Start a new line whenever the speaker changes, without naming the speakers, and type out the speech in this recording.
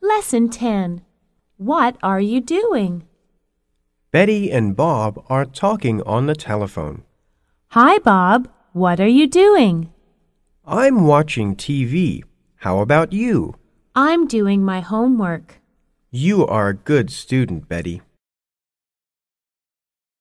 Lesson 10 What are you doing?
Betty and Bob are talking on the telephone.
Hi, Bob. What are you doing?
I'm watching TV. How about you?
I'm doing my homework.
You are a good student, Betty.